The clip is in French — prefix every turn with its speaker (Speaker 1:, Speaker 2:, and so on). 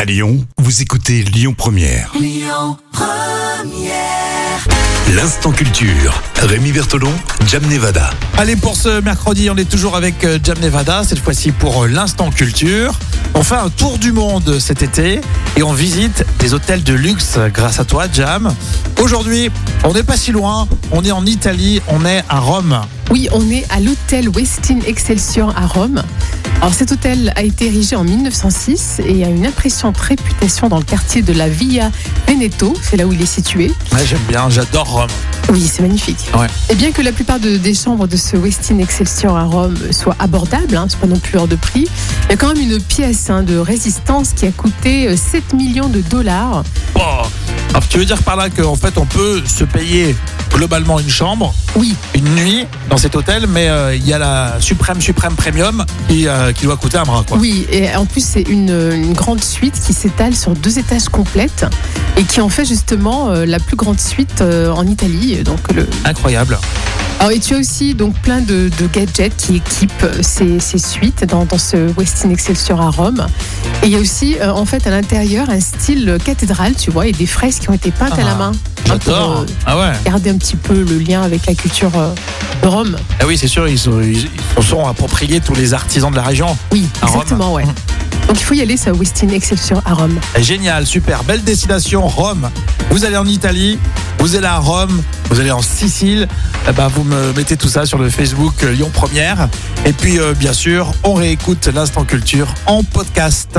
Speaker 1: À Lyon, vous écoutez Lyon Première. Lyon Première. L'instant culture. Rémi Bertolon, Jam Nevada.
Speaker 2: Allez, pour ce mercredi, on est toujours avec euh, Jam Nevada, cette fois-ci pour euh, l'instant culture. On fait un tour du monde cet été et on visite des hôtels de luxe euh, grâce à toi, Jam. Aujourd'hui, on n'est pas si loin, on est en Italie, on est à Rome.
Speaker 3: Oui, on est à l'hôtel Westin Excelsior à Rome. Alors cet hôtel a été érigé en 1906 et a une impressionnante réputation dans le quartier de la Via Veneto, c'est là où il est situé.
Speaker 2: Ouais, J'aime bien, j'adore Rome.
Speaker 3: Oui, c'est magnifique.
Speaker 2: Ouais.
Speaker 3: Et bien que la plupart de- des chambres de ce Westin Excelsior à Rome soient abordables, hein, c'est pas non plus hors de prix, il y a quand même une pièce hein, de résistance qui a coûté euh, 7 millions de dollars.
Speaker 2: Oh. Alors, tu veux dire par là qu'en fait, on peut se payer globalement une chambre,
Speaker 3: Oui,
Speaker 2: une nuit dans cet hôtel, mais euh, il y a la suprême, suprême premium qui, euh, qui doit coûter un bras, quoi.
Speaker 3: Oui, et en plus c'est une, une grande suite qui s'étale sur deux étages complètes et qui en fait justement euh, la plus grande suite euh, en Italie. Donc le...
Speaker 2: Incroyable.
Speaker 3: Alors, et tu as aussi donc plein de, de gadgets qui équipent ces, ces suites dans, dans ce Westin Excelsior à Rome. Et il y a aussi euh, en fait à l'intérieur un style cathédrale, tu vois, et des fraises qui ont été peintes à
Speaker 2: Ah,
Speaker 3: la main. hein, pour,
Speaker 2: J'adore.
Speaker 3: euh,
Speaker 2: Ah ouais.
Speaker 3: Garder un petit peu le lien avec la culture euh, de Rome.
Speaker 2: Ah oui, c'est sûr, ils sont, ils, ils se sont appropriés tous les artisans de la région.
Speaker 3: Oui,
Speaker 2: À Rome. Mmh.
Speaker 3: exactement, ouais. Donc il faut y aller, ça, Westin Excelsior à Rome.
Speaker 2: Eh, Génial, super, belle destination, Rome. Vous allez en Italie, vous allez à Rome, vous allez en Sicile. Eh ben, vous me mettez tout ça sur le Facebook euh, Lyon Première. Et puis, euh, bien sûr, on réécoute l'instant culture en podcast.